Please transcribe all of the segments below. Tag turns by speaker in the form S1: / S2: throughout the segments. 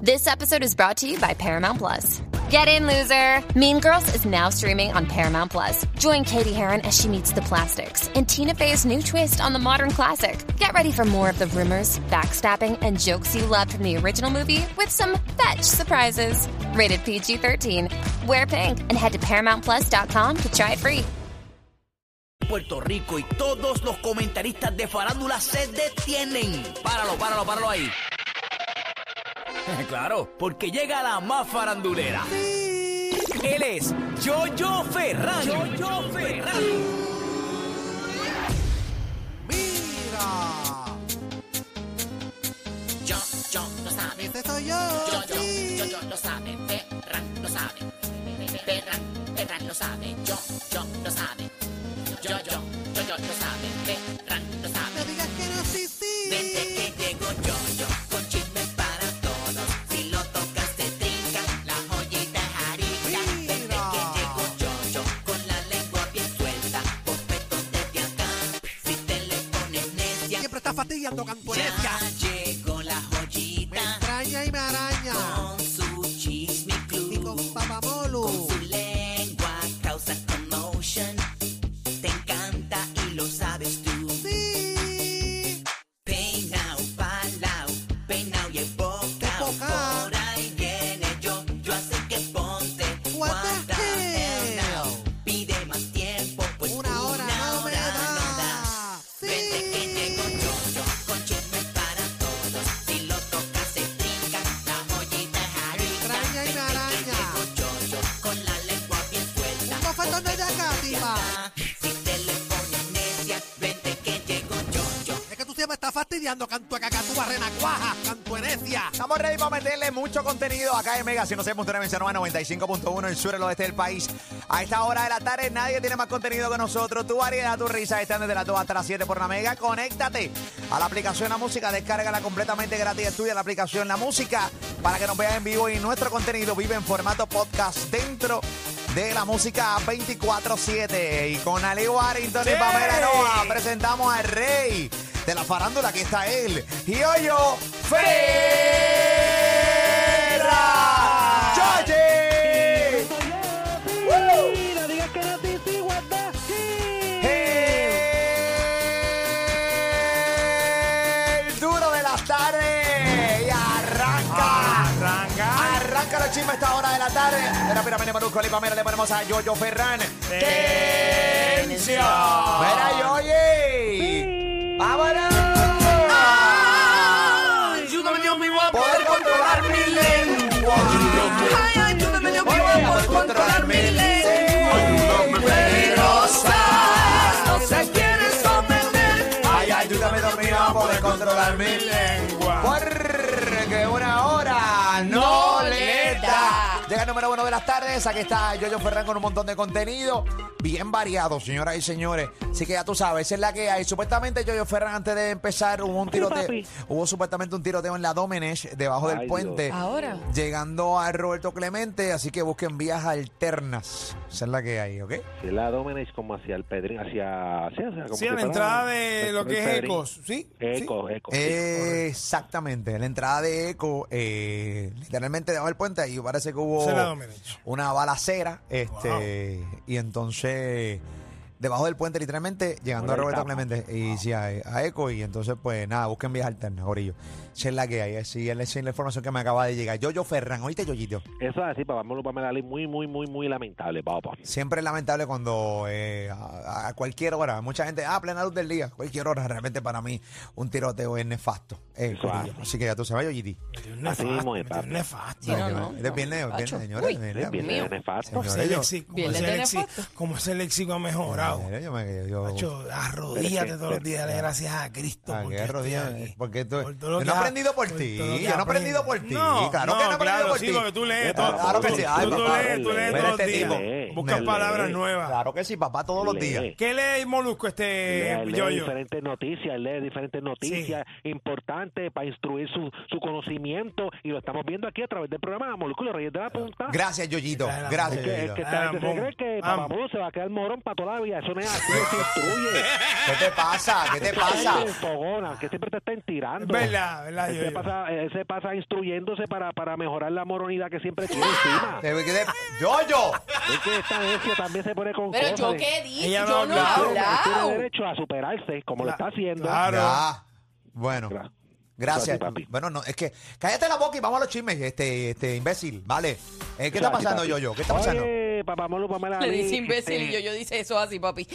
S1: This episode is brought to you by Paramount Plus. Get in, loser! Mean Girls is now streaming on Paramount Plus. Join Katie Heron as she meets the plastics and Tina Fey's new twist on the modern classic. Get ready for more of the rumors, backstabbing, and jokes you loved from the original movie with some fetch surprises. Rated PG 13. Wear pink and head to ParamountPlus.com to try it free.
S2: Puerto Rico y todos los comentaristas de farándula se detienen. Páralo, páralo, páralo ahí. Claro, porque llega la más farandulera. Él es Jojo Ferran. Jojo Ferran.
S3: Mira,
S4: Yo, yo, lo sabe.
S3: este soy yo.
S4: Yo, yo,
S3: sí.
S4: yo, yo, lo sabe. Ferran lo sabe. Ferran, Ferran lo sabe. Yo, yo, lo sabe. Yo, yo, yo, yo, lo sabe. Ferran lo
S3: No
S4: sabe.
S3: digas que no, sí,
S4: Desde
S3: sí.
S4: que llegó yo, yo, con chismes para todos. Si lo tocas te trinca, la joyita es arica. Desde que llegó yo, yo, con la lengua bien suelta. Bofetos desde acá, si te le pones necia.
S3: Siempre está fastidiando cantonecia.
S4: Ya llegó la
S3: Me
S4: joyita.
S3: extraña y me araña.
S4: Con su chisme
S3: Y
S4: club,
S3: con papamolo.
S4: su lengua causa commotion. Te encanta y lo sabes tú.
S3: Sí.
S4: Peinao, palao, peinao y embocao.
S3: Embocao.
S4: Por ahí viene yo, yo así que ponte.
S3: What the
S4: guarda el
S3: hell?
S4: now. Pide más tiempo, pues
S3: Una hora no me
S4: no da.
S3: da.
S4: Vente que
S3: Sí.
S4: llego yo, yo, con chismes para todos. Si lo tocas se trinca, la joyita es arica.
S3: Extraña y
S4: Vente
S3: me
S4: que
S3: araña.
S4: llego yo, yo, con la lengua bien suelta.
S3: Un bofetón de Yacativa.
S4: Si te le pones necia, vente que llego yo, yo.
S3: Es que tú siempre estás fastidiando canto cacatúa, renacuaja, cantuenecia.
S5: Estamos ready para meterle mucho contenido acá en Mega 106.9 en San Juan, 95.1 el sur el oeste del país. A esta hora de la tarde nadie tiene más contenido que nosotros. Tu variedad, tu risa están desde las 2 hasta las 7 por la Mega. Conéctate a la aplicación La Música, descárgala completamente gratis. Estudia la aplicación La Música para que nos veas en vivo y nuestro contenido vive en formato podcast dentro de la música 24-7. Y con Ali Warrington y Pamela Noa presentamos al rey de la farándula, que está él. Y yo, Ferra. Georgie. ¡Woo! El duro de las tardes. Y arranca. Arranca. Arranca los chismes a esta hora de la tarde. Mira, mira, mira, Marusco, Lipa, mira, le ponemos a Yoyo Ferran. ¡Tensión! Mira, Yoyi. ¡Vámonos!
S2: Ayúdame, Dios mío, a
S5: Poder controlar mi lengua.
S2: Ay, ayúdame, Dios mío, a poder controlar mi lengua.
S5: lengua.
S2: Peligrosas, no se quieren someter.
S5: Ay, ayúdame, Dios mío, a poder controlar mi lengua. Porque una hora no le da. Llega el número uno de las tardes. Aquí está Yoyo Ferran con un montón de contenido. Bien variado, señoras y señores. Así que ya tú sabes, esa es la que hay. Supuestamente Yoyo Ferran, antes de empezar, hubo un tiroteo.
S6: papi.
S5: hubo supuestamente un tiroteo en la Dómenes, debajo del puente.
S6: Ahora.
S5: Llegando a Roberto Clemente. Así que busquen vías alternas. Esa es la que hay, ¿ok?
S7: Sí, la Domenech como hacia el Pedrín, hacia... Sí, hacia- como
S8: Sí,
S7: si
S8: a la
S7: fuera-
S8: entrada de lo
S7: el
S8: que es
S7: Pedrín.
S8: Ecos, ¿sí?
S7: Ecos, Ecos. sí,
S5: Eh.
S7: correcto.
S5: Exactamente, la entrada de Eco, eh, literalmente debajo del puente, y parece que hubo
S8: Será Domenech.
S5: una balacera, este, y entonces debajo del puente, literalmente, llegando
S7: Por
S5: a
S7: el
S5: Roberto
S7: tapo.
S5: Clemente y sí, a, a Eco, y entonces, pues nada, busquen vías alternas, Gorillo. Si es la que hay, si es la esa es la información que me acaba de llegar. Yo, yo, Ferran, oíste, Yoyito.
S7: Eso es así, papá, Molo Pamela Lee, muy, muy, muy, muy lamentable, papá.
S5: Siempre es lamentable cuando eh, a, a cualquier hora, mucha gente, ah, plena luz del día, cualquier hora, realmente para mí un tiroteo es nefasto. Eh,
S7: Eso
S5: Corillo. Así que ya tú sabes, Yoyiti.
S8: Metió un
S7: Así
S8: nefasto,
S7: mismo es,
S8: metió un
S7: papi.
S8: nefasto.
S5: No, que va. Es de viernes, viernes, señores, viernes,
S7: Bien,
S5: viernes.
S7: bien, nefasto.
S8: Como
S5: Señores,
S8: ese
S5: yo-
S8: léxico- como
S6: Viernes
S8: ese
S6: de
S8: léxico-
S6: nefasto.
S8: Como ese léxico ha mejorado.
S5: Mira, yo me- yo-
S8: Macho, arrodíllate
S7: Pero es que-
S8: todos los días, dale gracias a Cristo.
S5: Ah,
S8: porque
S5: qué
S8: estoy
S5: rodilla,
S8: aquí.
S5: eh, porque tú-
S8: Por todo lo
S5: yo
S8: que
S5: no he
S8: ha-
S5: aprendido por
S8: por
S5: ti,
S8: todo lo que
S5: yo no he aprendido por ti, claro que no he aprendido
S8: claro,
S5: por
S8: sí,
S5: ti.
S8: porque tú lees
S7: Eh,
S8: todo.
S7: claro que sí, ay,
S8: tú, tú
S7: papá,
S8: lees, tú
S7: lee.
S8: lees
S7: Mira
S8: todos los
S5: este
S8: días.
S7: tipo.
S8: Buscas
S7: Lee.
S8: palabras nuevas.
S5: Claro que sí, papá, todos los
S7: Lee.
S5: días.
S8: ¿Qué lee Molusco este
S7: Lee, lee
S8: yoyo?
S7: diferentes noticias, lee diferentes noticias importantes para instruir su, su conocimiento y lo estamos viendo aquí a través del programa Molúsculo Reyes de la Punta.
S5: Gracias, Yoyito.
S8: Ay, la-
S5: Gracias,
S7: Que, que
S5: Yoyito.
S7: esta gente se
S8: Ambón.
S7: cree que
S8: Ambón.
S7: Papamolo se va a quedar morón para toda la vida. eso no es así, se instruye.
S5: ¿Qué te pasa? ¿Qué te pasa?
S7: Gente Fogona, que siempre te estén tirando.
S8: Es verdad, verdad,
S7: Él
S8: yo-
S5: Este
S7: se,
S8: yo-
S7: pasa, él se pasa instruyéndose para, para mejorar la moronidad que siempre tiene encima.
S5: ¿Qué te- ¡Yoyo!
S7: Es que esta necio también se pone con
S6: Pero
S7: cosas
S6: yo
S7: de- "Ah,
S6: qué dije,
S8: Ella no
S6: yo
S8: ha
S6: no he
S8: hablado.
S7: Tiene
S6: hablado.
S7: derecho a superarse, como lo está haciendo.
S8: Claro.
S5: Ya. Bueno.
S7: Gra-
S5: Gracias.
S7: Gracias, papi.
S5: Bueno, no, es que cállate la boca y vamos a los chismes, este, este imbécil, ¿vale? Eh, ¿Qué está
S7: Gracias,
S5: pasando,
S7: papi.
S5: Yoyo? ¿Qué está pasando?
S7: Oye, papá Molo, Pamela
S6: Le
S7: Lee,
S6: dice imbécil y
S7: este,
S6: yo, yo dice eso así, papi.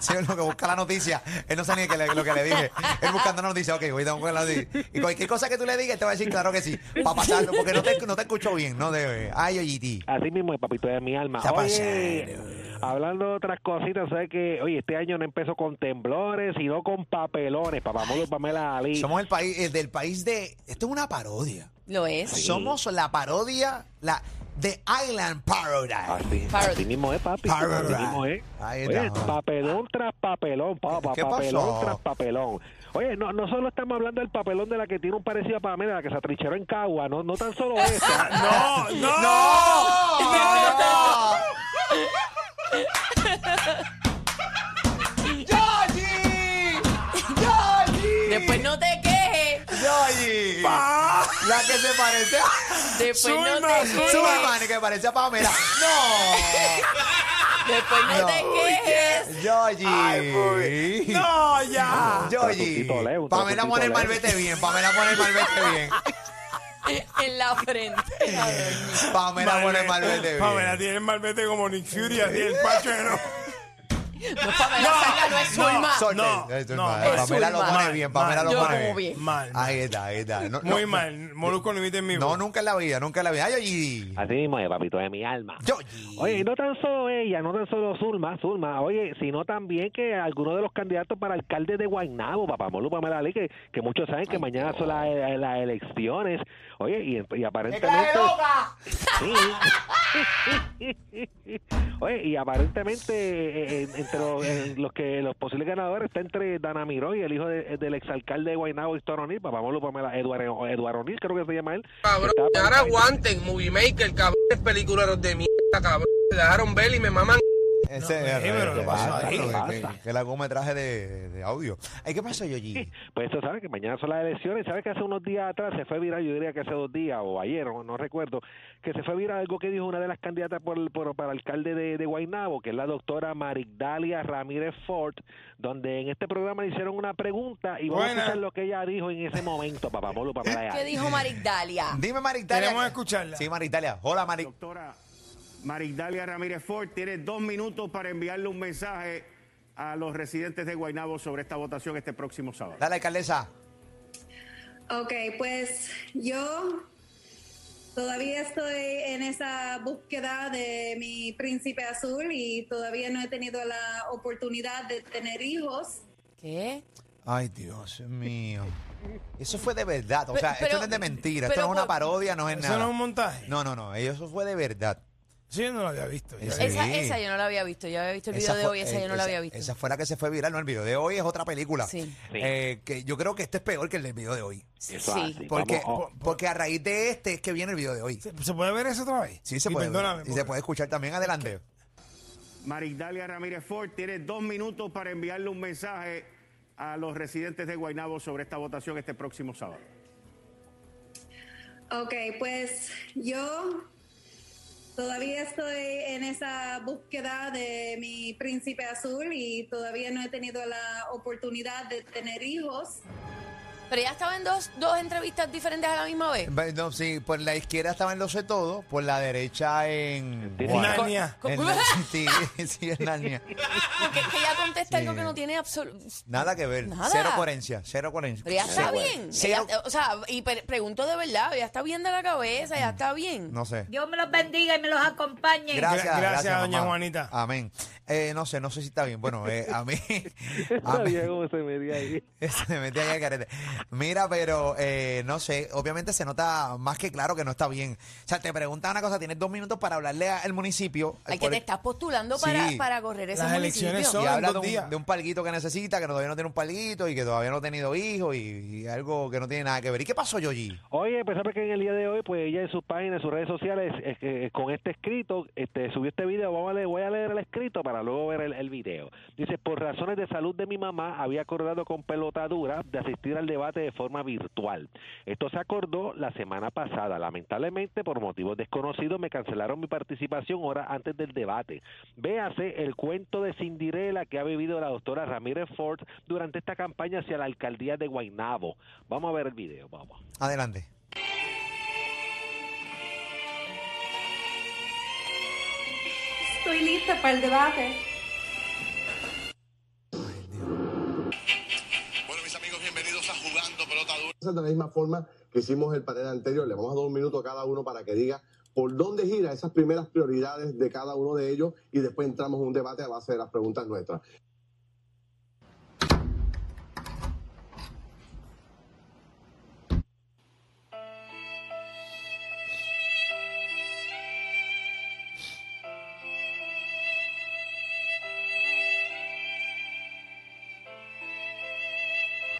S5: Sí, es lo que busca la noticia. Él no sabe ni que le- lo que le dije. Él buscando la noticia, ok, voy a buscar la noticia. Y cualquier cosa que tú le digas, él te va a decir claro que sí. Para pasarlo, porque no te, no te escucho bien, no debe. Ay, Yoyiti.
S7: Así mismo el papito de mi alma.
S5: Está
S7: Oye, hablando de otras cositas, ¿sabes que Oye, este año no empezó con temblores, sino con papelones. Papá Molo y Pamela Ali.
S5: Somos el país, el del país de. Esto es una parodia.
S6: Lo es.
S5: Somos la parodia, la The Island Paradise.
S7: Así,
S6: Par-
S7: así mismo es, papi.
S5: Par-
S7: Así mismo es.
S5: Ahí
S7: Oye,
S5: está.
S7: papelón tras papelón, papá.
S5: ¿Qué
S7: papelón
S5: pasó?
S7: tras papelón. Oye, no, no solo estamos hablando del papelón de la que tiene un parecido a Pamela, la que se atricheró en Cagua, no, no tan solo esa.
S8: No, no.
S5: ¡No!
S6: Después no te quejes.
S5: Yoyi. La que se parece a.
S6: Después no
S8: Zulma,
S6: te quejes.
S5: Superman, que parece a Pamela. ¡No!
S6: Después no,
S5: No.
S6: te quejes.
S5: Yoyi.
S8: No, ya.
S5: Yoyi.
S7: Un trapito leo, un
S5: Pamela
S7: trapito
S5: pone el
S7: leo.
S5: malvete bien. Pamela pone el malvete bien.
S6: En la frente. A ver, mi-
S5: Pamela pone el malvete bien.
S8: Pamela tiene el malvete como Nick Fury, así el pachero.
S6: No, Pamela
S8: No,
S6: Saga no es
S8: no,
S6: Zulma.
S5: Sorte.
S8: No,
S5: Eso es
S8: no,
S5: mal.
S6: es
S5: Pamela lo
S6: Zulma.
S5: pone bien. Pamela lo
S6: Yo
S5: pone
S6: como bien.
S8: Mal. mal.
S5: Ahí está, ahí está. No,
S8: Muy
S5: no,
S8: mal. Molusco no imita en mi
S5: No,
S8: voz.
S5: nunca en la vida, nunca en la vida. Ay, Yoyi.
S7: Así mismo es, papito de mi alma.
S5: Yoyi.
S7: Oye, y no tan solo ella, no tan solo Zulma, Zulma, oye, sino también que algunos de los candidatos para alcalde de Guaynabo, papá Molo, Pamela Ali, que, que muchos saben que mañana son las, eh, las elecciones, oye, y, y aparentemente... Sí. oye, y aparentemente eh, eh, entre los, eh, los que los posibles ganadores está entre Dana Miró y el hijo de- del exalcalde de Guaynabo, Víctor O'Neill, papá Molo, Pamela, Eduardo Eduardo O'Neill, creo que se llama él.
S9: Cabrón,
S7: Está
S9: y ahora
S7: aparentemente-
S9: aguanten, Movie Maker, cabrones peliculeros de mierda, cabrón. Se dejaron ver y me maman
S5: Ese
S8: No,
S5: es
S8: eh, pero
S5: ¿qué
S8: ¿qué pasó
S5: pasa?
S8: ahí?
S5: Que-
S7: ¿Qué
S5: que- Que el largometraje de, de audio. Ay, ¿Qué pasó, Yoyi?
S7: Pues eso, ¿sabes? Que mañana son las elecciones. ¿Sabes que hace unos días atrás se fue viral, yo diría que hace dos días o ayer, no, no recuerdo, que se fue viral algo que dijo una de las candidatas por, el- por- para alcalde de, de Guaynabo, que es la doctora Marigdalia Ramírez Ford, donde en este programa le hicieron una pregunta y vamos
S8: Buena.
S7: a escuchar lo que ella dijo en ese momento, papá Polo, papá Laya.
S6: ¿Qué dijo Marigdalia?
S5: Dime, Maritalia.
S8: Queremos escucharla.
S5: Sí, Maritalia. Hola, Mari.
S10: Doctora Marigdalia Ramírez Ford, tiene dos minutos para enviarle un mensaje a los residentes de Guaynabo sobre esta votación este próximo sábado.
S5: Dale, alcaldesa.
S11: Ok, pues yo todavía estoy en esa búsqueda de mi príncipe azul y todavía no he tenido la oportunidad de tener hijos.
S6: ¿Qué?
S5: Ay, Dios mío. Eso fue de verdad. O
S6: Pe-
S5: sea, esto
S6: pero-
S5: no es de mentira.
S6: pero
S5: esto no es una
S6: por-
S5: parodia, no es
S8: Eso no es
S5: nada.
S8: un montaje.
S5: No, no, no. Eso fue de verdad.
S8: Sí, yo no lo había visto. ya.
S5: Esa-
S8: Eh,
S6: Esa,
S5: Sí.
S6: esa yo no la había visto. Yo había visto el video de
S5: fue-
S6: hoy, esa
S5: eh,
S6: yo no la había visto.
S5: Esa fue la que se fue viral, no el video de hoy, es otra película.
S6: Sí. Sí.
S5: Eh, que yo creo que este es peor que el del video de hoy.
S7: Eso
S6: Sí.
S7: así,
S5: Porque,
S7: vamos,
S5: por- porque a raíz de este es que viene el video de hoy.
S8: ¿Se, se puede ver eso otra vez?
S5: Sí, se puede. ver.
S8: Perdóname.
S5: y se puede escuchar también adelante.
S10: Marigdalia Ramírez Ford, tiene dos minutos para enviarle un mensaje a los residentes de Guaynabo sobre esta votación este próximo sábado.
S11: Ok, pues yo todavía estoy en esa búsqueda de mi príncipe azul y todavía no he tenido la oportunidad de tener hijos.
S6: Pero ya estaba en dos, dos entrevistas diferentes a la misma vez.
S5: Ve- no, sí, por la izquierda estaba en Lo sé todo, por la derecha en.
S7: En
S5: Guau.
S8: Narnia.
S5: En- sí, sí, en Narnia.
S6: Porque es que ella contesta
S5: Sí.
S6: algo que no tiene absoluto.
S5: Nada que ver.
S6: Nada.
S5: Cero coherencia. Cero coherencia.
S6: Pero ya está
S5: Cero coherencia.
S6: bien.
S5: Cero-
S6: Ella- o sea, y pre- pregunto de verdad, ya está bien de la cabeza, ya está bien.
S5: No sé.
S11: Dios me los bendiga y me los acompañe.
S5: Gracias,
S8: Gra-
S5: gracias,
S8: gracias, doña
S5: mamá.
S8: Juanita.
S5: Amén. Eh, no sé, no sé si está bien. Bueno, eh, a mí. a
S7: Está
S5: mí-
S7: bien, cómo se metía ahí.
S5: se me metí ahí al carete. Mira, pero eh, no sé, obviamente se nota más que claro que no está bien. O sea, te preguntan una cosa, tienes dos minutos para hablarle al municipio.
S6: Hay que
S5: Por-
S6: te estás postulando para,
S5: Sí.
S6: para correr ese
S8: Las
S6: municipio.
S8: elecciones son
S5: y
S8: en
S5: habla de
S8: dos
S5: un,
S8: días.
S5: de un palguito que necesita, que todavía no tiene un palguito y que todavía no ha tenido hijos y, y algo que no tiene nada que ver. ¿Y qué pasó, Yoyi?
S7: Oye, pues sabe que en el día de hoy, pues ella en sus páginas, en sus redes sociales, eh, eh, con este escrito, este, subió este video, vamos a leer, voy a leer el escrito para luego ver el, el video. Dice, por razones de salud de mi mamá, había acordado con pelotadura de asistir al debate de forma virtual. Esto se acordó la semana pasada. Lamentablemente, por motivos desconocidos, me cancelaron mi participación horas antes del debate. Véase el cuento de Cinderela que ha vivido la doctora Ramírez Ford durante esta campaña hacia la alcaldía de Guaynabo. Vamos a ver el video, vamos.
S5: Adelante.
S11: Estoy lista para el debate.
S12: De la misma forma que hicimos el panel anterior, le vamos a dar un minuto a cada uno para que diga por dónde gira esas primeras prioridades de cada uno de ellos y después entramos en un debate a base de las preguntas nuestras.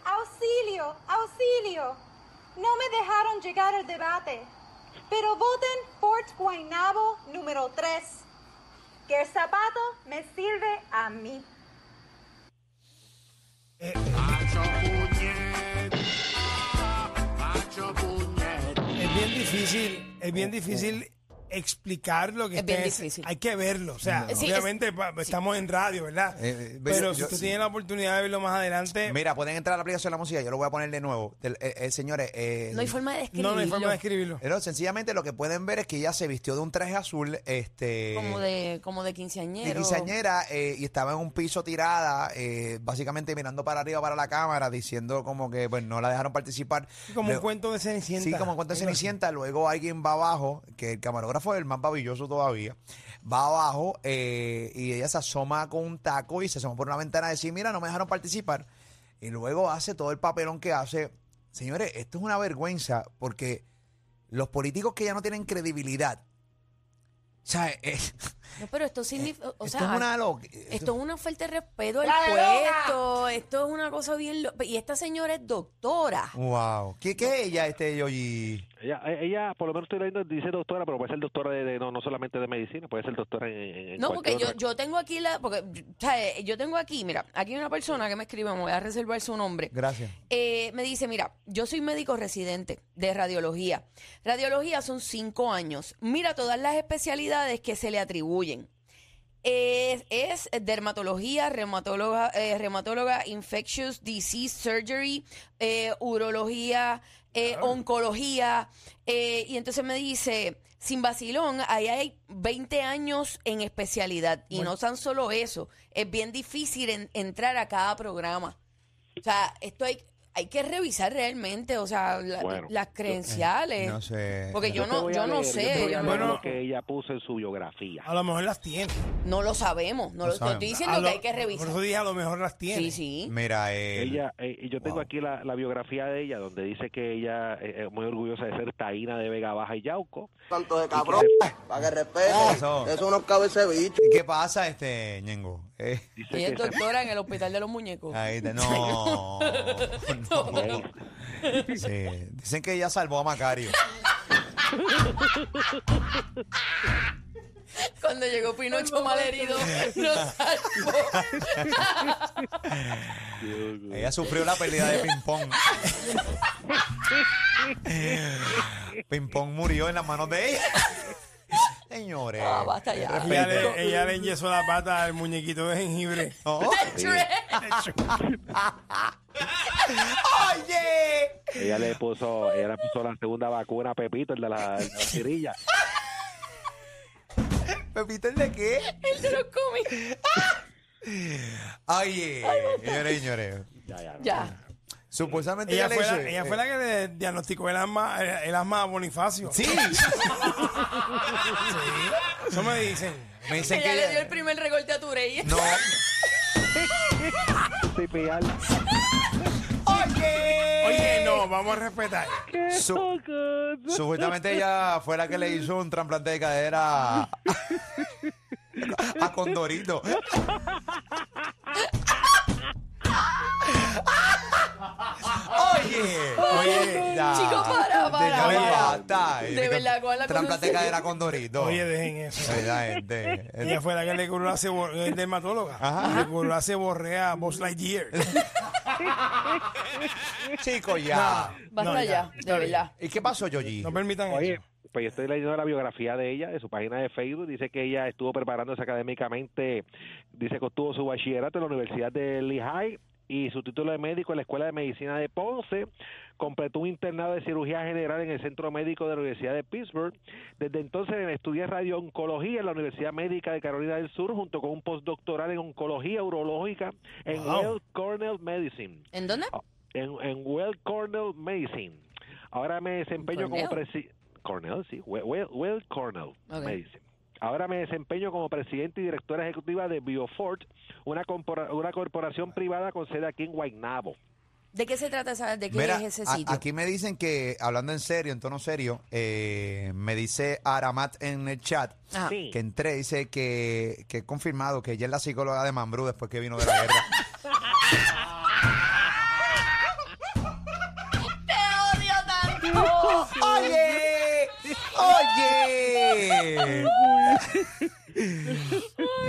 S13: Auxilio, auxilio. No me dejaron llegar al debate, pero voten Fort Guaynabo número 3, que el zapato me sirve a mí.
S8: Es bien difícil, es bien difícil explicar lo que
S6: Es bien
S8: está en ese-
S6: difícil.
S8: Hay que verlo, o sea,
S6: No. Sí, es-
S8: obviamente pa- estamos en radio, ¿verdad?
S5: Eh, eh,
S8: Pero
S5: yo-
S8: si
S5: yo-
S8: tú tienes la oportunidad de verlo más adelante,
S5: Mira, pueden entrar a la aplicación de la música, yo lo voy a poner de nuevo. Del- eh, eh, señores, eh,
S6: No hay forma de
S8: No, no hay forma de escribirlo.
S5: Pero sencillamente lo que pueden ver es que ella se vistió de un traje azul, este
S6: Como de, como de
S5: de
S6: quinceañero.
S5: quinceañera, eh, y estaba en un piso tirada, eh, básicamente mirando para arriba para la cámara, diciendo como que pues no la dejaron participar.
S8: como un
S5: Luego-
S8: cuento de Cenicienta.
S5: Sí, como cuando se Cenicienta, luego alguien va abajo, que el camarógrafo es el más babilloso todavía, va abajo eh, y ella se asoma con un taco y se asoma por una ventana a decir, mira, no me dejaron participar. Y luego hace todo el papelón que hace. Señores, esto es una vergüenza porque los políticos que ya no tienen credibilidad, o sea, eh, es-
S6: No, pero esto significa. O
S5: Eh, esto
S6: sea,
S5: es una lo-
S6: Esto es una falta de respeto al
S14: ¡La loca!
S6: puesto. Esto es una cosa bien. lo- Y esta señora es doctora.
S5: Wow. ¿Qué, qué es ella, este Yoyi?
S7: Ella, eh, ella, por lo menos estoy leyendo, dice doctora, pero puede ser doctora de, de- no, no solamente de medicina, puede ser doctora en... en- en
S6: No,
S7: cualquier
S6: porque yo,
S7: otra
S6: yo tengo aquí la. Porque, o sea, eh, yo tengo aquí, mira, aquí hay una persona que me escribe, me voy a reservar su nombre.
S5: Gracias.
S6: Eh, me dice, mira, yo soy médico residente de radiología. Radiología son cinco años. Mira todas las especialidades que se le atribuyen. Es, es dermatología, reumatóloga, eh, reumatóloga, infectious disease surgery, eh, urología, eh, oncología. eh, y entonces me dice, sin vacilón, ahí hay 20 años en especialidad. Y no tan solo eso, es bien difícil en- entrar a cada programa. O sea, esto hay, hay que revisar realmente, o sea, la-
S7: Bueno,
S6: las credenciales.
S5: Eh, No sé.
S6: Porque yo
S7: te
S6: no-
S7: voy
S6: yo
S7: a
S6: no
S7: leer,
S6: sé,
S7: te voy a
S6: yo
S7: leer
S6: no-
S7: lo que ella puso en su biografía.
S8: A lo mejor las tiene.
S6: No lo sabemos, no
S5: No
S6: lo, yo
S5: sabemos.
S6: estoy diciendo
S8: A lo-
S6: que hay que revisar.
S8: Por eso dije, a lo mejor las tiene.
S6: Sí, sí.
S5: Mira, eh,
S7: Ella, eh, y yo tengo aquí la, la biografía de ella, donde dice que ella eh, es muy orgullosa de ser taína de Vega Baja y Yauco.
S15: Tanto de cabrón, para que respete. Eso unos cabezas de bicho.
S5: eh, ¿qué pasa, este Ñengo? Eh,
S6: Ella es doctora en el Hospital de los Muñecos.
S5: ahí está. No. no. Sí, Dicen que ella salvó a Macario.
S6: Cuando llegó Pinocho malherido, no salvó.
S5: Ella sufrió la pérdida de ping-pong. ping-pong murió en las manos de ella. Señores.
S6: Ah, basta ya.
S8: Ella
S5: respeto.
S8: le, ella le enyesó la pata al muñequito de jengibre.
S5: No. ¡Oye!
S7: Ella le puso, ella le puso la segunda vacuna a Pepito, el de la, el de la cirilla.
S5: ¿Pepito el de qué?
S6: Él se lo come.
S5: Oye. eh, Señores, señores.
S6: Ya.
S5: Supuestamente
S8: Ella,
S5: le
S8: fue la,
S5: hizo-
S8: ella
S5: eh,
S8: fue la que le diagnosticó el asma, el, el asma a Bonifacio.
S5: Sí.
S8: Eso me dicen.
S5: Me dicen
S6: Ella
S5: que
S6: le dio el primer recorte a Turey.
S5: No.
S7: Tipial.
S5: Oye.
S8: Oye, eh, no, vamos a respetar.
S5: Su-
S6: Oh,
S5: Supuestamente ella fue la que le hizo un trasplante de cadera a- A Condorito. Oye, oye, ya.
S6: Chico, para, para,
S5: Oye,
S6: para.
S5: basta.
S6: De verdad, ¿cuál la
S5: Trampa de
S6: conducción?
S5: cadera con Dorito.
S8: Oye, dejen eso.
S5: Esa gente.
S8: Ella fue la que le curó la ceborrea, es dermatóloga.
S5: Ajá.
S8: Le curó la ceborrea a Buzz Lightyear.
S5: Chico, ya.
S6: Basta
S8: No,
S6: ya,
S8: ya,
S6: de verdad.
S5: ¿Y qué pasó, Yoyi?
S8: No permitan
S7: Oye, pues yo estoy leyendo la biografía de ella, de su página de Facebook. Dice que ella estuvo preparándose académicamente. Dice que obtuvo su bachillerato en la Universidad de Lehigh y su título de médico en la Escuela de Medicina de Ponce. Completó un internado de cirugía general en el Centro Médico de la Universidad de Pittsburgh. Desde entonces estudié radiooncología en la Universidad Médica de Carolina del Sur junto con un postdoctoral en oncología urológica en
S8: Wow.
S7: Weill Cornell Medicine
S6: ¿En dónde?
S7: en, en Well Cornell Medicine. Ahora me desempeño como
S6: Cornell?
S7: presidente. Cornell, sí. Well, Well- Well Cornell
S6: Ok.
S7: Medicine. Ahora me desempeño como presidente y directora ejecutiva de Biofort, una, compora- una corporación privada con sede aquí en Guaynabo.
S6: ¿De qué se trata esa? ¿De qué
S5: Mira,
S6: es ese
S5: a-
S6: sitio?
S5: aquí me dicen que, hablando en serio, en tono serio, eh, me dice Aramat en el chat
S6: Ajá.
S7: Sí.
S5: que entré, dice que, que he confirmado que ella es la psicóloga de Mambrú después que vino de la guerra.
S6: ¡Te odio tanto!
S5: ¡Oye! ¡Oye!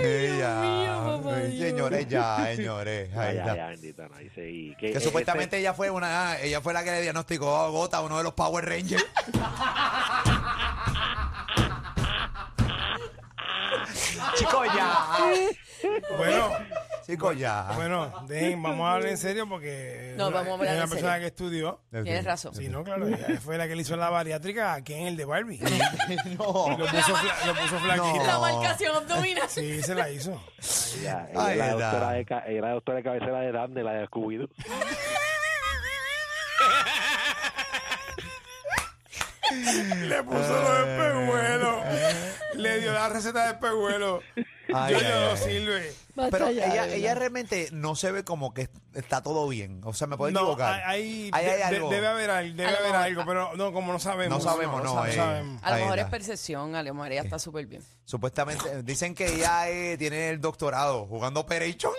S5: Ella, ay, señores, ya, señores. ahí
S7: Ay,
S5: está.
S7: ay, ay, bendito, no, dice, y que-
S5: Que
S7: eh,
S5: supuestamente
S7: este-
S5: ella fue una, ella fue la que le diagnosticó a Gota, a uno de los Power Rangers. Chico, ya.
S8: Bueno,
S5: Chico, ya.
S8: bueno, dejen, vamos a hablar en serio porque
S6: No,
S8: es una-
S6: vamos a hablar
S8: es una
S6: en
S8: persona
S6: serio.
S8: que estudió.
S6: Tienes razón.
S8: Sí, no, claro, ella fue la que le hizo la bariátrica aquí en el de Barbie.
S5: No.
S8: Lo puso, fla- lo puso flaquito.
S6: La marcación abdominal.
S8: Sí, se la hizo.
S7: Ya, ella
S5: Ay,
S7: es la
S5: da.
S7: doctora de ca- ella es la doctora de cabecera de Dam de la de Scooby-Doo.
S8: Le puso los espejuelos. Le dio la receta de espejuelos.
S5: Ay,
S8: Yo
S5: ay,
S8: no
S5: ay.
S8: sirve.
S6: Basta
S5: Pero
S6: ya,
S5: ella,
S6: de
S5: ella
S6: verdad.
S5: realmente no se ve como que está todo bien. O sea, me puedo
S8: No,
S5: equivocar.
S8: hay, hay-
S5: Ahí
S8: de-
S5: algo.
S8: debe haber, al- debe
S6: A lo
S8: haber
S6: mejor-
S8: algo, pero no, como no sabemos.
S5: No sabemos, no, eh.
S8: sabemos.
S6: A lo
S5: Ahí
S6: mejor es
S5: está.
S6: percepción, a lo mejor ella está súper bien.
S5: Supuestamente dicen que ella eh, tiene el doctorado jugando Operation.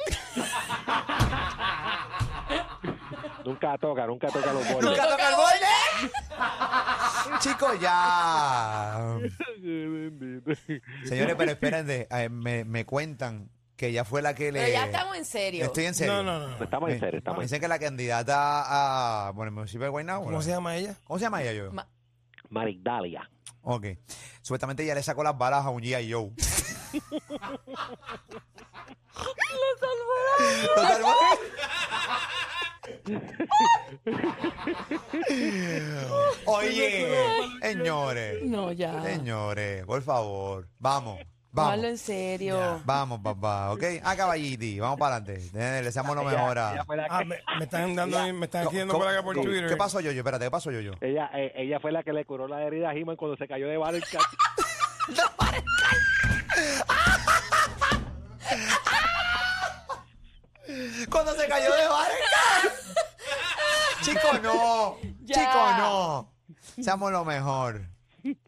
S7: Nunca toca, nunca toca los bolos.
S5: Nunca toca el borde. Chico, ya. Señores, pero espérense, eh, me, me cuentan que ella fue la que le.
S6: Pero ya estamos en serio.
S5: Estoy en serio.
S8: No, no, no.
S7: Estamos en
S5: Eh, Me-
S7: serio, estamos en
S5: Dicen que la candidata a. Bueno, el municipio de Guaynabo.
S8: ¿Cómo
S5: ¿no?
S8: se llama ella?
S5: ¿Cómo se llama ella, yo?
S6: Ma-
S7: Marigdalia.
S5: ok. Supuestamente ella le sacó las balas a un G.I. Joe. Lo salvó. Oye, señores.
S6: No, ya.
S5: Señores, por favor. Vamos,
S6: Vamos. Hablo
S5: vamos.
S6: en serio.
S5: Vamos, papá, ¿ok? A caballiti, vamos para adelante. Eh, Le deseamos lo mejor a...
S7: Ella fue la
S8: Ah,
S7: que-
S8: me, me están dando, me están
S5: ¿Cómo-
S8: escribiendo
S5: cómo-
S8: por acá por
S5: cómo-
S8: Twitter.
S5: ¿Qué pasó, Yoyo? Espérate, ¿qué pasó, Yoyo?
S7: Ella, eh, ella fue la que le curó la herida a He-Man cuando se cayó de barca.
S5: Cuando se cayó de barca. Chico, no.
S6: Ya.
S5: Chico, no. Seamos lo mejor.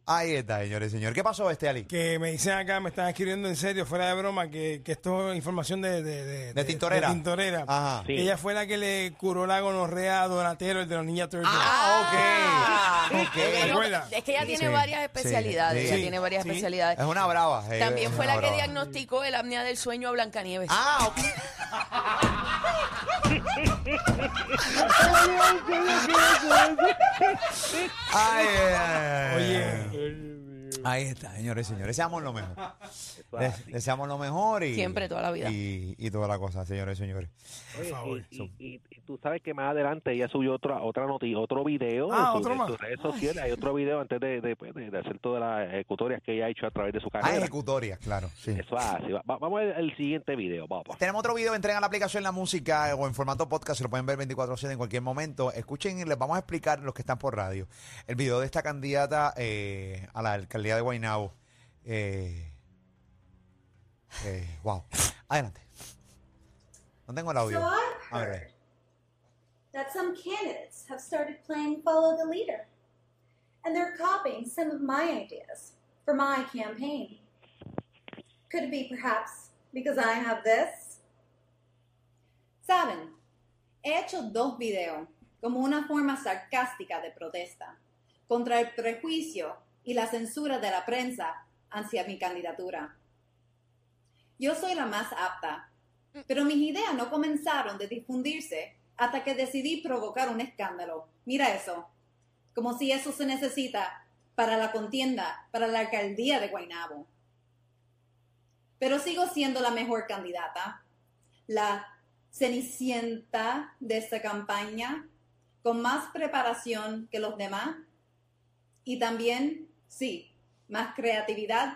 S5: Ahí está, señores, señor. ¿Qué pasó, este Ali?
S8: Que me dicen acá, me están escribiendo en serio, fuera de broma, que, que esto es información de... De, de,
S5: De tintorera.
S8: de tintorera.
S5: Ajá.
S7: Sí.
S8: Ella fue la que le curó la gonorrea a Donatero, el de los Ninja Turtles.
S5: Ah, ok.
S6: Pero
S5: Ok.
S6: no,
S8: Recuerda.
S6: es que ella tiene
S5: Sí,
S6: varias
S5: sí,
S6: especialidades.
S5: sí.
S6: ella tiene varias
S8: Sí.
S6: especialidades.
S5: Es una brava. eh,
S6: También
S5: es
S6: fue
S5: una
S6: la que
S5: brava.
S6: diagnosticó el apnea del sueño a Blancanieves.
S5: Ah, ok. Ay, ay, ay.
S8: Oye,
S5: Ahí está, señores, señores. Deseamos lo mejor. Des- deseamos lo mejor y.
S6: Siempre, toda la vida.
S5: Y, y toda la cosa, señores, señores.
S8: por favor.
S7: Y, y- y tú sabes que más adelante ella subió otra otra noticia, otro video
S8: Ah,
S7: en, su-
S8: otro
S7: en
S8: más.
S7: sus redes sociales. Hay otro video antes de, de, pues, de- de hacer todas las ejecutorias que ella ha hecho a través de su
S5: Ah,
S7: carrera.
S5: ejecutorias, claro. Sí.
S7: Eso es así. Va- va- vamos al, al siguiente video, papá.
S5: Tenemos otro video, entregan la aplicación La Música eh, o en formato podcast, se lo pueden ver 24-7 en cualquier momento. Escuchen y les vamos a explicar, los que están por radio, el video de esta candidata eh, a la alcaldía de Guaynabo. Eh, eh, wow. Adelante. No tengo el audio. A ver.
S13: that some candidates have started playing follow the leader. And they're copying some of my ideas for my campaign.
S11: Could be perhaps because I have this. Saben, he hecho dos videos como una forma sarcástica de protesta contra el prejuicio y la censura de la prensa hacia mi candidatura. Yo soy la más apta, pero mis ideas no comenzaron de difundirse hasta que decidí provocar un escándalo. Mira eso, como si eso se necesita para la contienda, para la alcaldía de Guaynabo. Pero sigo siendo la mejor candidata, la cenicienta de esta campaña, con más preparación que los demás y también, sí, más creatividad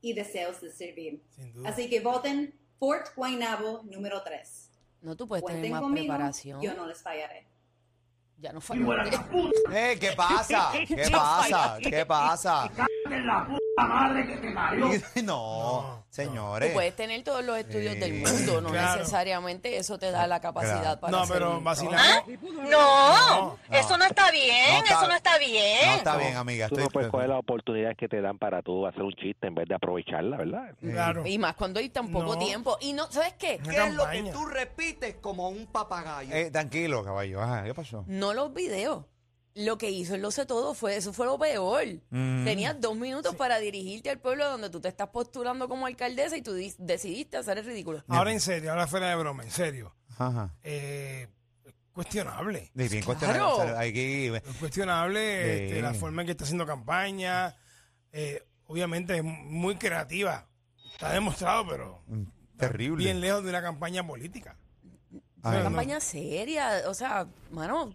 S11: y deseos de servir. Así que voten Fort Guaynabo número 3.
S6: No, tú puedes tener
S11: Cuenten
S6: más
S11: conmigo,
S6: preparación.
S11: yo no les fallaré.
S6: Ya no
S11: Y mueran
S6: falta.
S5: Eh, ¿Qué pasa? ¿Qué pasa? ¿Qué pasa?
S6: la puta madre que te
S5: No, señores.
S6: Tú puedes tener todos los estudios
S5: Sí,
S6: del mundo, no
S5: claro.
S6: necesariamente eso te da la capacidad
S5: Claro.
S6: para
S5: No,
S6: hacer
S5: pero
S6: un
S5: vacilamos.
S6: trabajo.
S14: No, eso no está bien,
S6: No está-
S14: eso no está bien.
S5: No está bien, amiga.
S7: Tú no puedes coger las oportunidades que te dan para tú hacer un chiste en vez de aprovecharla, ¿verdad?
S6: Y más cuando hay tan poco
S7: No.
S6: tiempo. Y no, ¿sabes qué?
S7: ¿Qué es lo que campaña.
S16: Tú repites como un papagayo.
S5: Eh, tranquilo, caballo. Ajá, ¿Qué pasó?
S6: No los videos. Lo que hizo el Lo Sé Todo fue, eso fue lo peor.
S5: Mm.
S6: Tenías dos minutos para dirigirte al pueblo donde tú te estás postulando como alcaldesa y tú dis- decidiste hacer el ridículo.
S8: Ahora en serio, ahora fuera de broma, en serio.
S5: Ajá.
S8: Eh, cuestionable.
S5: Sí, bien
S8: Claro.
S5: cuestionable. Hay que-
S8: Es cuestionable este,
S5: Sí.
S8: la forma en que está haciendo campaña. Eh, obviamente es muy creativa. Está demostrado, pero
S5: Terrible.
S8: bien lejos de una campaña política.
S6: Una
S8: No, no.
S6: campaña seria, o sea, mano.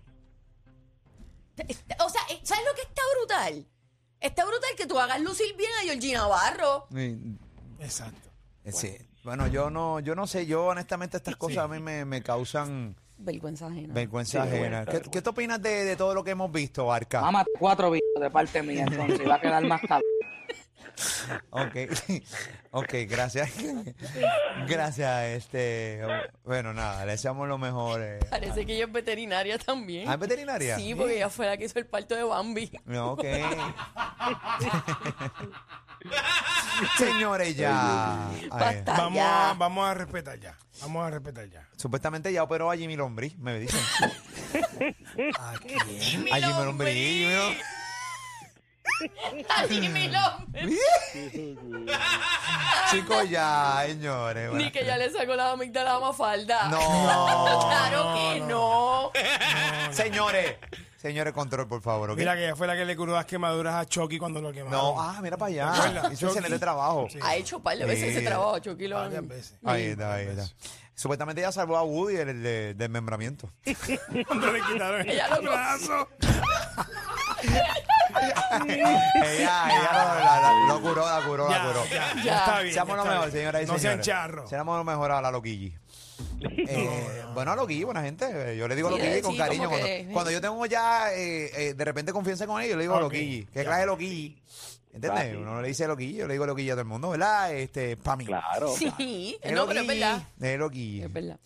S6: O sea, eh, ¿sabes lo que está brutal? Está brutal que tú hagas lucir bien a Georgina Barro.
S8: Exacto.
S5: eh, Sí. Bueno, yo no, yo no sé, yo honestamente estas cosas a mí me, me causan
S6: Vergüenza ajena.
S5: vergüenza
S17: Sí,
S5: ajena.
S17: vergüenza,
S5: ¿Qué, qué te opinas de, de todo lo que hemos visto, Arca?
S17: Mamá, cuatro bichos de parte
S5: eh,
S17: mía, Este entonces y va a quedar más cabrón.
S5: Ok, ok, gracias. gracias, este. Bueno, nada, le deseamos lo mejor. eh.
S6: Parece que ella es veterinaria también.
S5: ¿Ah, es veterinaria?
S6: Sí, porque ella fue la que hizo el parto de Bambi.
S5: No, ok. Señores, ya. Ay, eh,
S6: Ah,
S8: Vamos a, vamos a respetar ya. Vamos a respetar ya.
S5: Supuestamente ya operó a Jimmy Lombriz, me dicen. ¿A quién? A Jimmy Lombriz. Jimmy Lom- Chicos, ya, señores.
S6: Ni que ya le sacó la amígdala a Mafalda.
S5: No.
S6: claro que no.
S5: Señores, señores, control, por favor. ¿ok?
S8: Mira que ella fue la que le curó las quemaduras a Chucky cuando lo quemaron.
S5: No, ah, mira para allá.
S8: ¿Te acuerdas?
S5: Hizo excelente
S8: Chucky.
S5: trabajo.
S6: Ha hecho par de veces
S5: Sí.
S6: ese trabajo, Chucky lo-
S8: Varias veces.
S5: Ahí está, ahí está. Supuestamente ya salvó a Woody del, del, del membramiento.
S8: Cuando le quitaron el
S6: Ella lo-
S8: brazo.
S5: ella ella la, la- la- lo curó, la curó,
S8: Ya,
S5: la curó.
S8: ya, ya está bien,
S5: Seamos
S8: ya
S5: lo
S8: está
S5: mejor,
S8: bien.
S5: señora y
S8: No sean
S5: señores.
S8: charros.
S5: Seamos lo mejor a la Loquilli. Eh, bueno, a Loquilli, buena gente. Eh, Yo le digo
S6: Sí,
S5: Loquilli con
S6: sí,
S5: cariño.
S6: como
S5: Cuando,
S6: que-
S5: cuando yo tengo ya eh, eh, de repente confianza con ellos, yo le digo
S8: Ok,
S5: Loquilli. ¿Qué
S8: ya.
S5: clase de Loquilli? ¿Entiendes?
S8: Fácil.
S5: Uno le dice Loquilli, yo le digo Loquilli a todo el mundo, ¿verdad? Este, para mí. Claro.
S6: Sí, no, pero es verdad.
S5: Es Loquilli.
S6: Es verdad.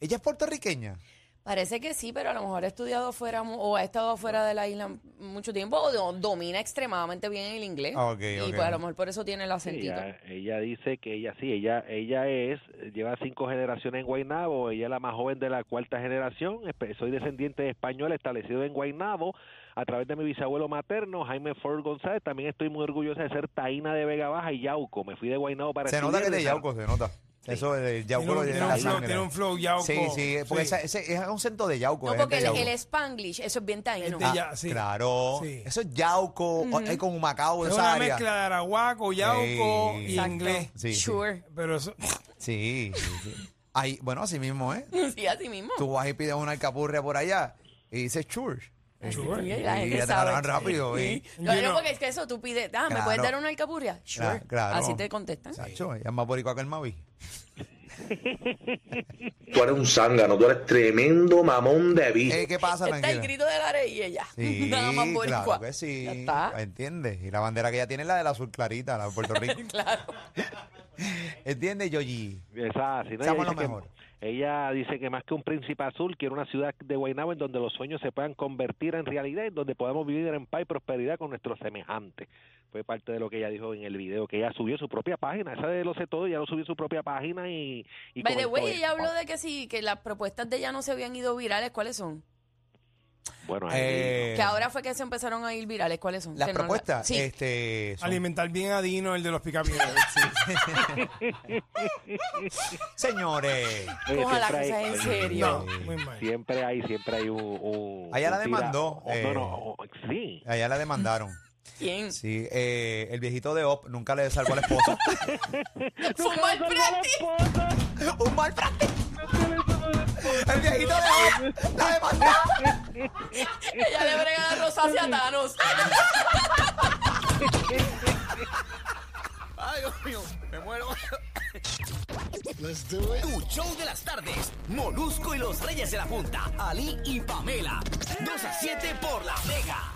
S5: Ella es puertorriqueña.
S6: Parece que sí, pero a lo mejor ha estudiado fuera mu- o ha estado fuera de la isla mucho tiempo o do- domina extremadamente bien el inglés.
S7: Ah, ok,
S6: y
S7: ok.
S6: pues a lo mejor por eso tiene el acentito.
S7: Ella, ah, ella dice que ella sí, ella ella es, lleva cinco generaciones en Guaynabo, ella es la más joven de la cuarta generación, espe- soy descendiente de español establecido en Guaynabo a través de mi bisabuelo materno, Jaime Ford González, también estoy muy orgullosa de ser taína de Vega Baja y Yauco, me fui de Guaynabo para
S5: Se nota que es de
S7: estudiar.
S5: Yauco, se nota. Eso de Yauco
S8: Tiene
S5: lo
S8: un-
S5: tiene
S8: tiene
S5: en la
S8: un flow-
S5: sangre.
S8: tiene un flow Yauco.
S5: Sí, sí, porque
S8: Sí.
S5: esa- ese es un centro de Yauco.
S6: No,
S5: es
S6: porque
S5: de
S6: el,
S5: Yauco.
S6: el Spanglish, eso es bien taíno.
S5: Ah,
S8: ya, sí.
S5: Claro.
S8: Sí.
S5: Eso es Yauco,
S6: Ujú.
S5: es con Humacao,
S8: Es
S5: esa
S8: una
S5: área.
S8: mezcla de arahuaco, yauco
S5: Sí.
S8: y
S5: Exacto.
S8: inglés.
S5: Sí, sí.
S6: Sure.
S8: Pero eso,
S5: Sí, sí, sí. Ahí, bueno, así mismo, ¿eh?
S6: Sí, así mismo.
S5: Tú vas y pides una alcapurria por allá y dices chur. Eh,
S6: Sí,
S5: Y
S6: la gente
S5: ya te la
S6: sabe.
S5: dan rápido.
S6: Sí.
S5: y-
S6: Lo único porque es que eso tú pides, ah, ¿me
S5: Claro.
S6: puedes dar una alcapurria? Sure.
S5: Ah, claro.
S6: Así te contestan.
S5: Chacho, ella es más boricua que el Mavi.
S18: Tú eres un zángano, tú eres tremendo mamón de bicho.
S5: Eh, ¿Qué pasa,
S6: Está el
S5: tranquila?
S6: grito de la arey y ya.
S5: Sí,
S6: Nada más boricua.
S5: claro que sí.
S6: Ya está.
S5: ¿Entiendes? Y la bandera que ella tiene es la del azul clarita, la de Puerto Rico.
S6: claro.
S5: ¿Entiendes, Yoyi?
S7: Esa, si no,
S5: Seamos lo
S7: ella dice que-
S5: mejor.
S7: Ella dice que más que un príncipe azul, quiere una ciudad de Guaynabo en donde los sueños se puedan convertir en realidad y donde podamos vivir en paz y prosperidad con nuestros semejantes. Fue parte de lo que ella dijo en el video, que ella subió su propia página. Esa de Lo Sé Todo, ya lo subió su propia página y... y
S6: By the
S7: comentó
S6: way,
S7: eso.
S6: ella habló de que sí, que las propuestas de ella no se habían ido virales. ¿Cuáles son?
S7: Bueno, ahí-
S5: Eh,
S6: Que ahora fue que se empezaron a ir virales. ¿Cuáles son?
S5: las
S6: Que no la-
S5: propuestas,
S6: Sí.
S5: este, son-
S8: Alimentar bien a Dino, el de los picapiedras.
S5: señores,
S7: Oye,
S6: Ojalá
S7: siempre
S6: que
S7: hay-
S6: sea en
S7: hay-
S6: serio.
S8: No, muy mal.
S7: Siempre hay, siempre hay un... un
S5: Allá la
S7: un tira-
S5: demandó,
S7: o- no,
S5: eh,
S7: no, o- sí.
S5: allá la demandaron.
S6: ¿Quién?
S5: Sí, eh, el viejito de OP nunca le salvó a la esposa.
S6: Fue un mal práctico.
S5: Un mal práctico. El viejito de OP la demandó.
S6: Ella le brega la rosácea a Thanos.
S2: Ay, Dios mío, me muero. Tu show de las tardes. Molusco y los Reyes de la Punta. Ali y Pamela. 2 a 7 por la Vega.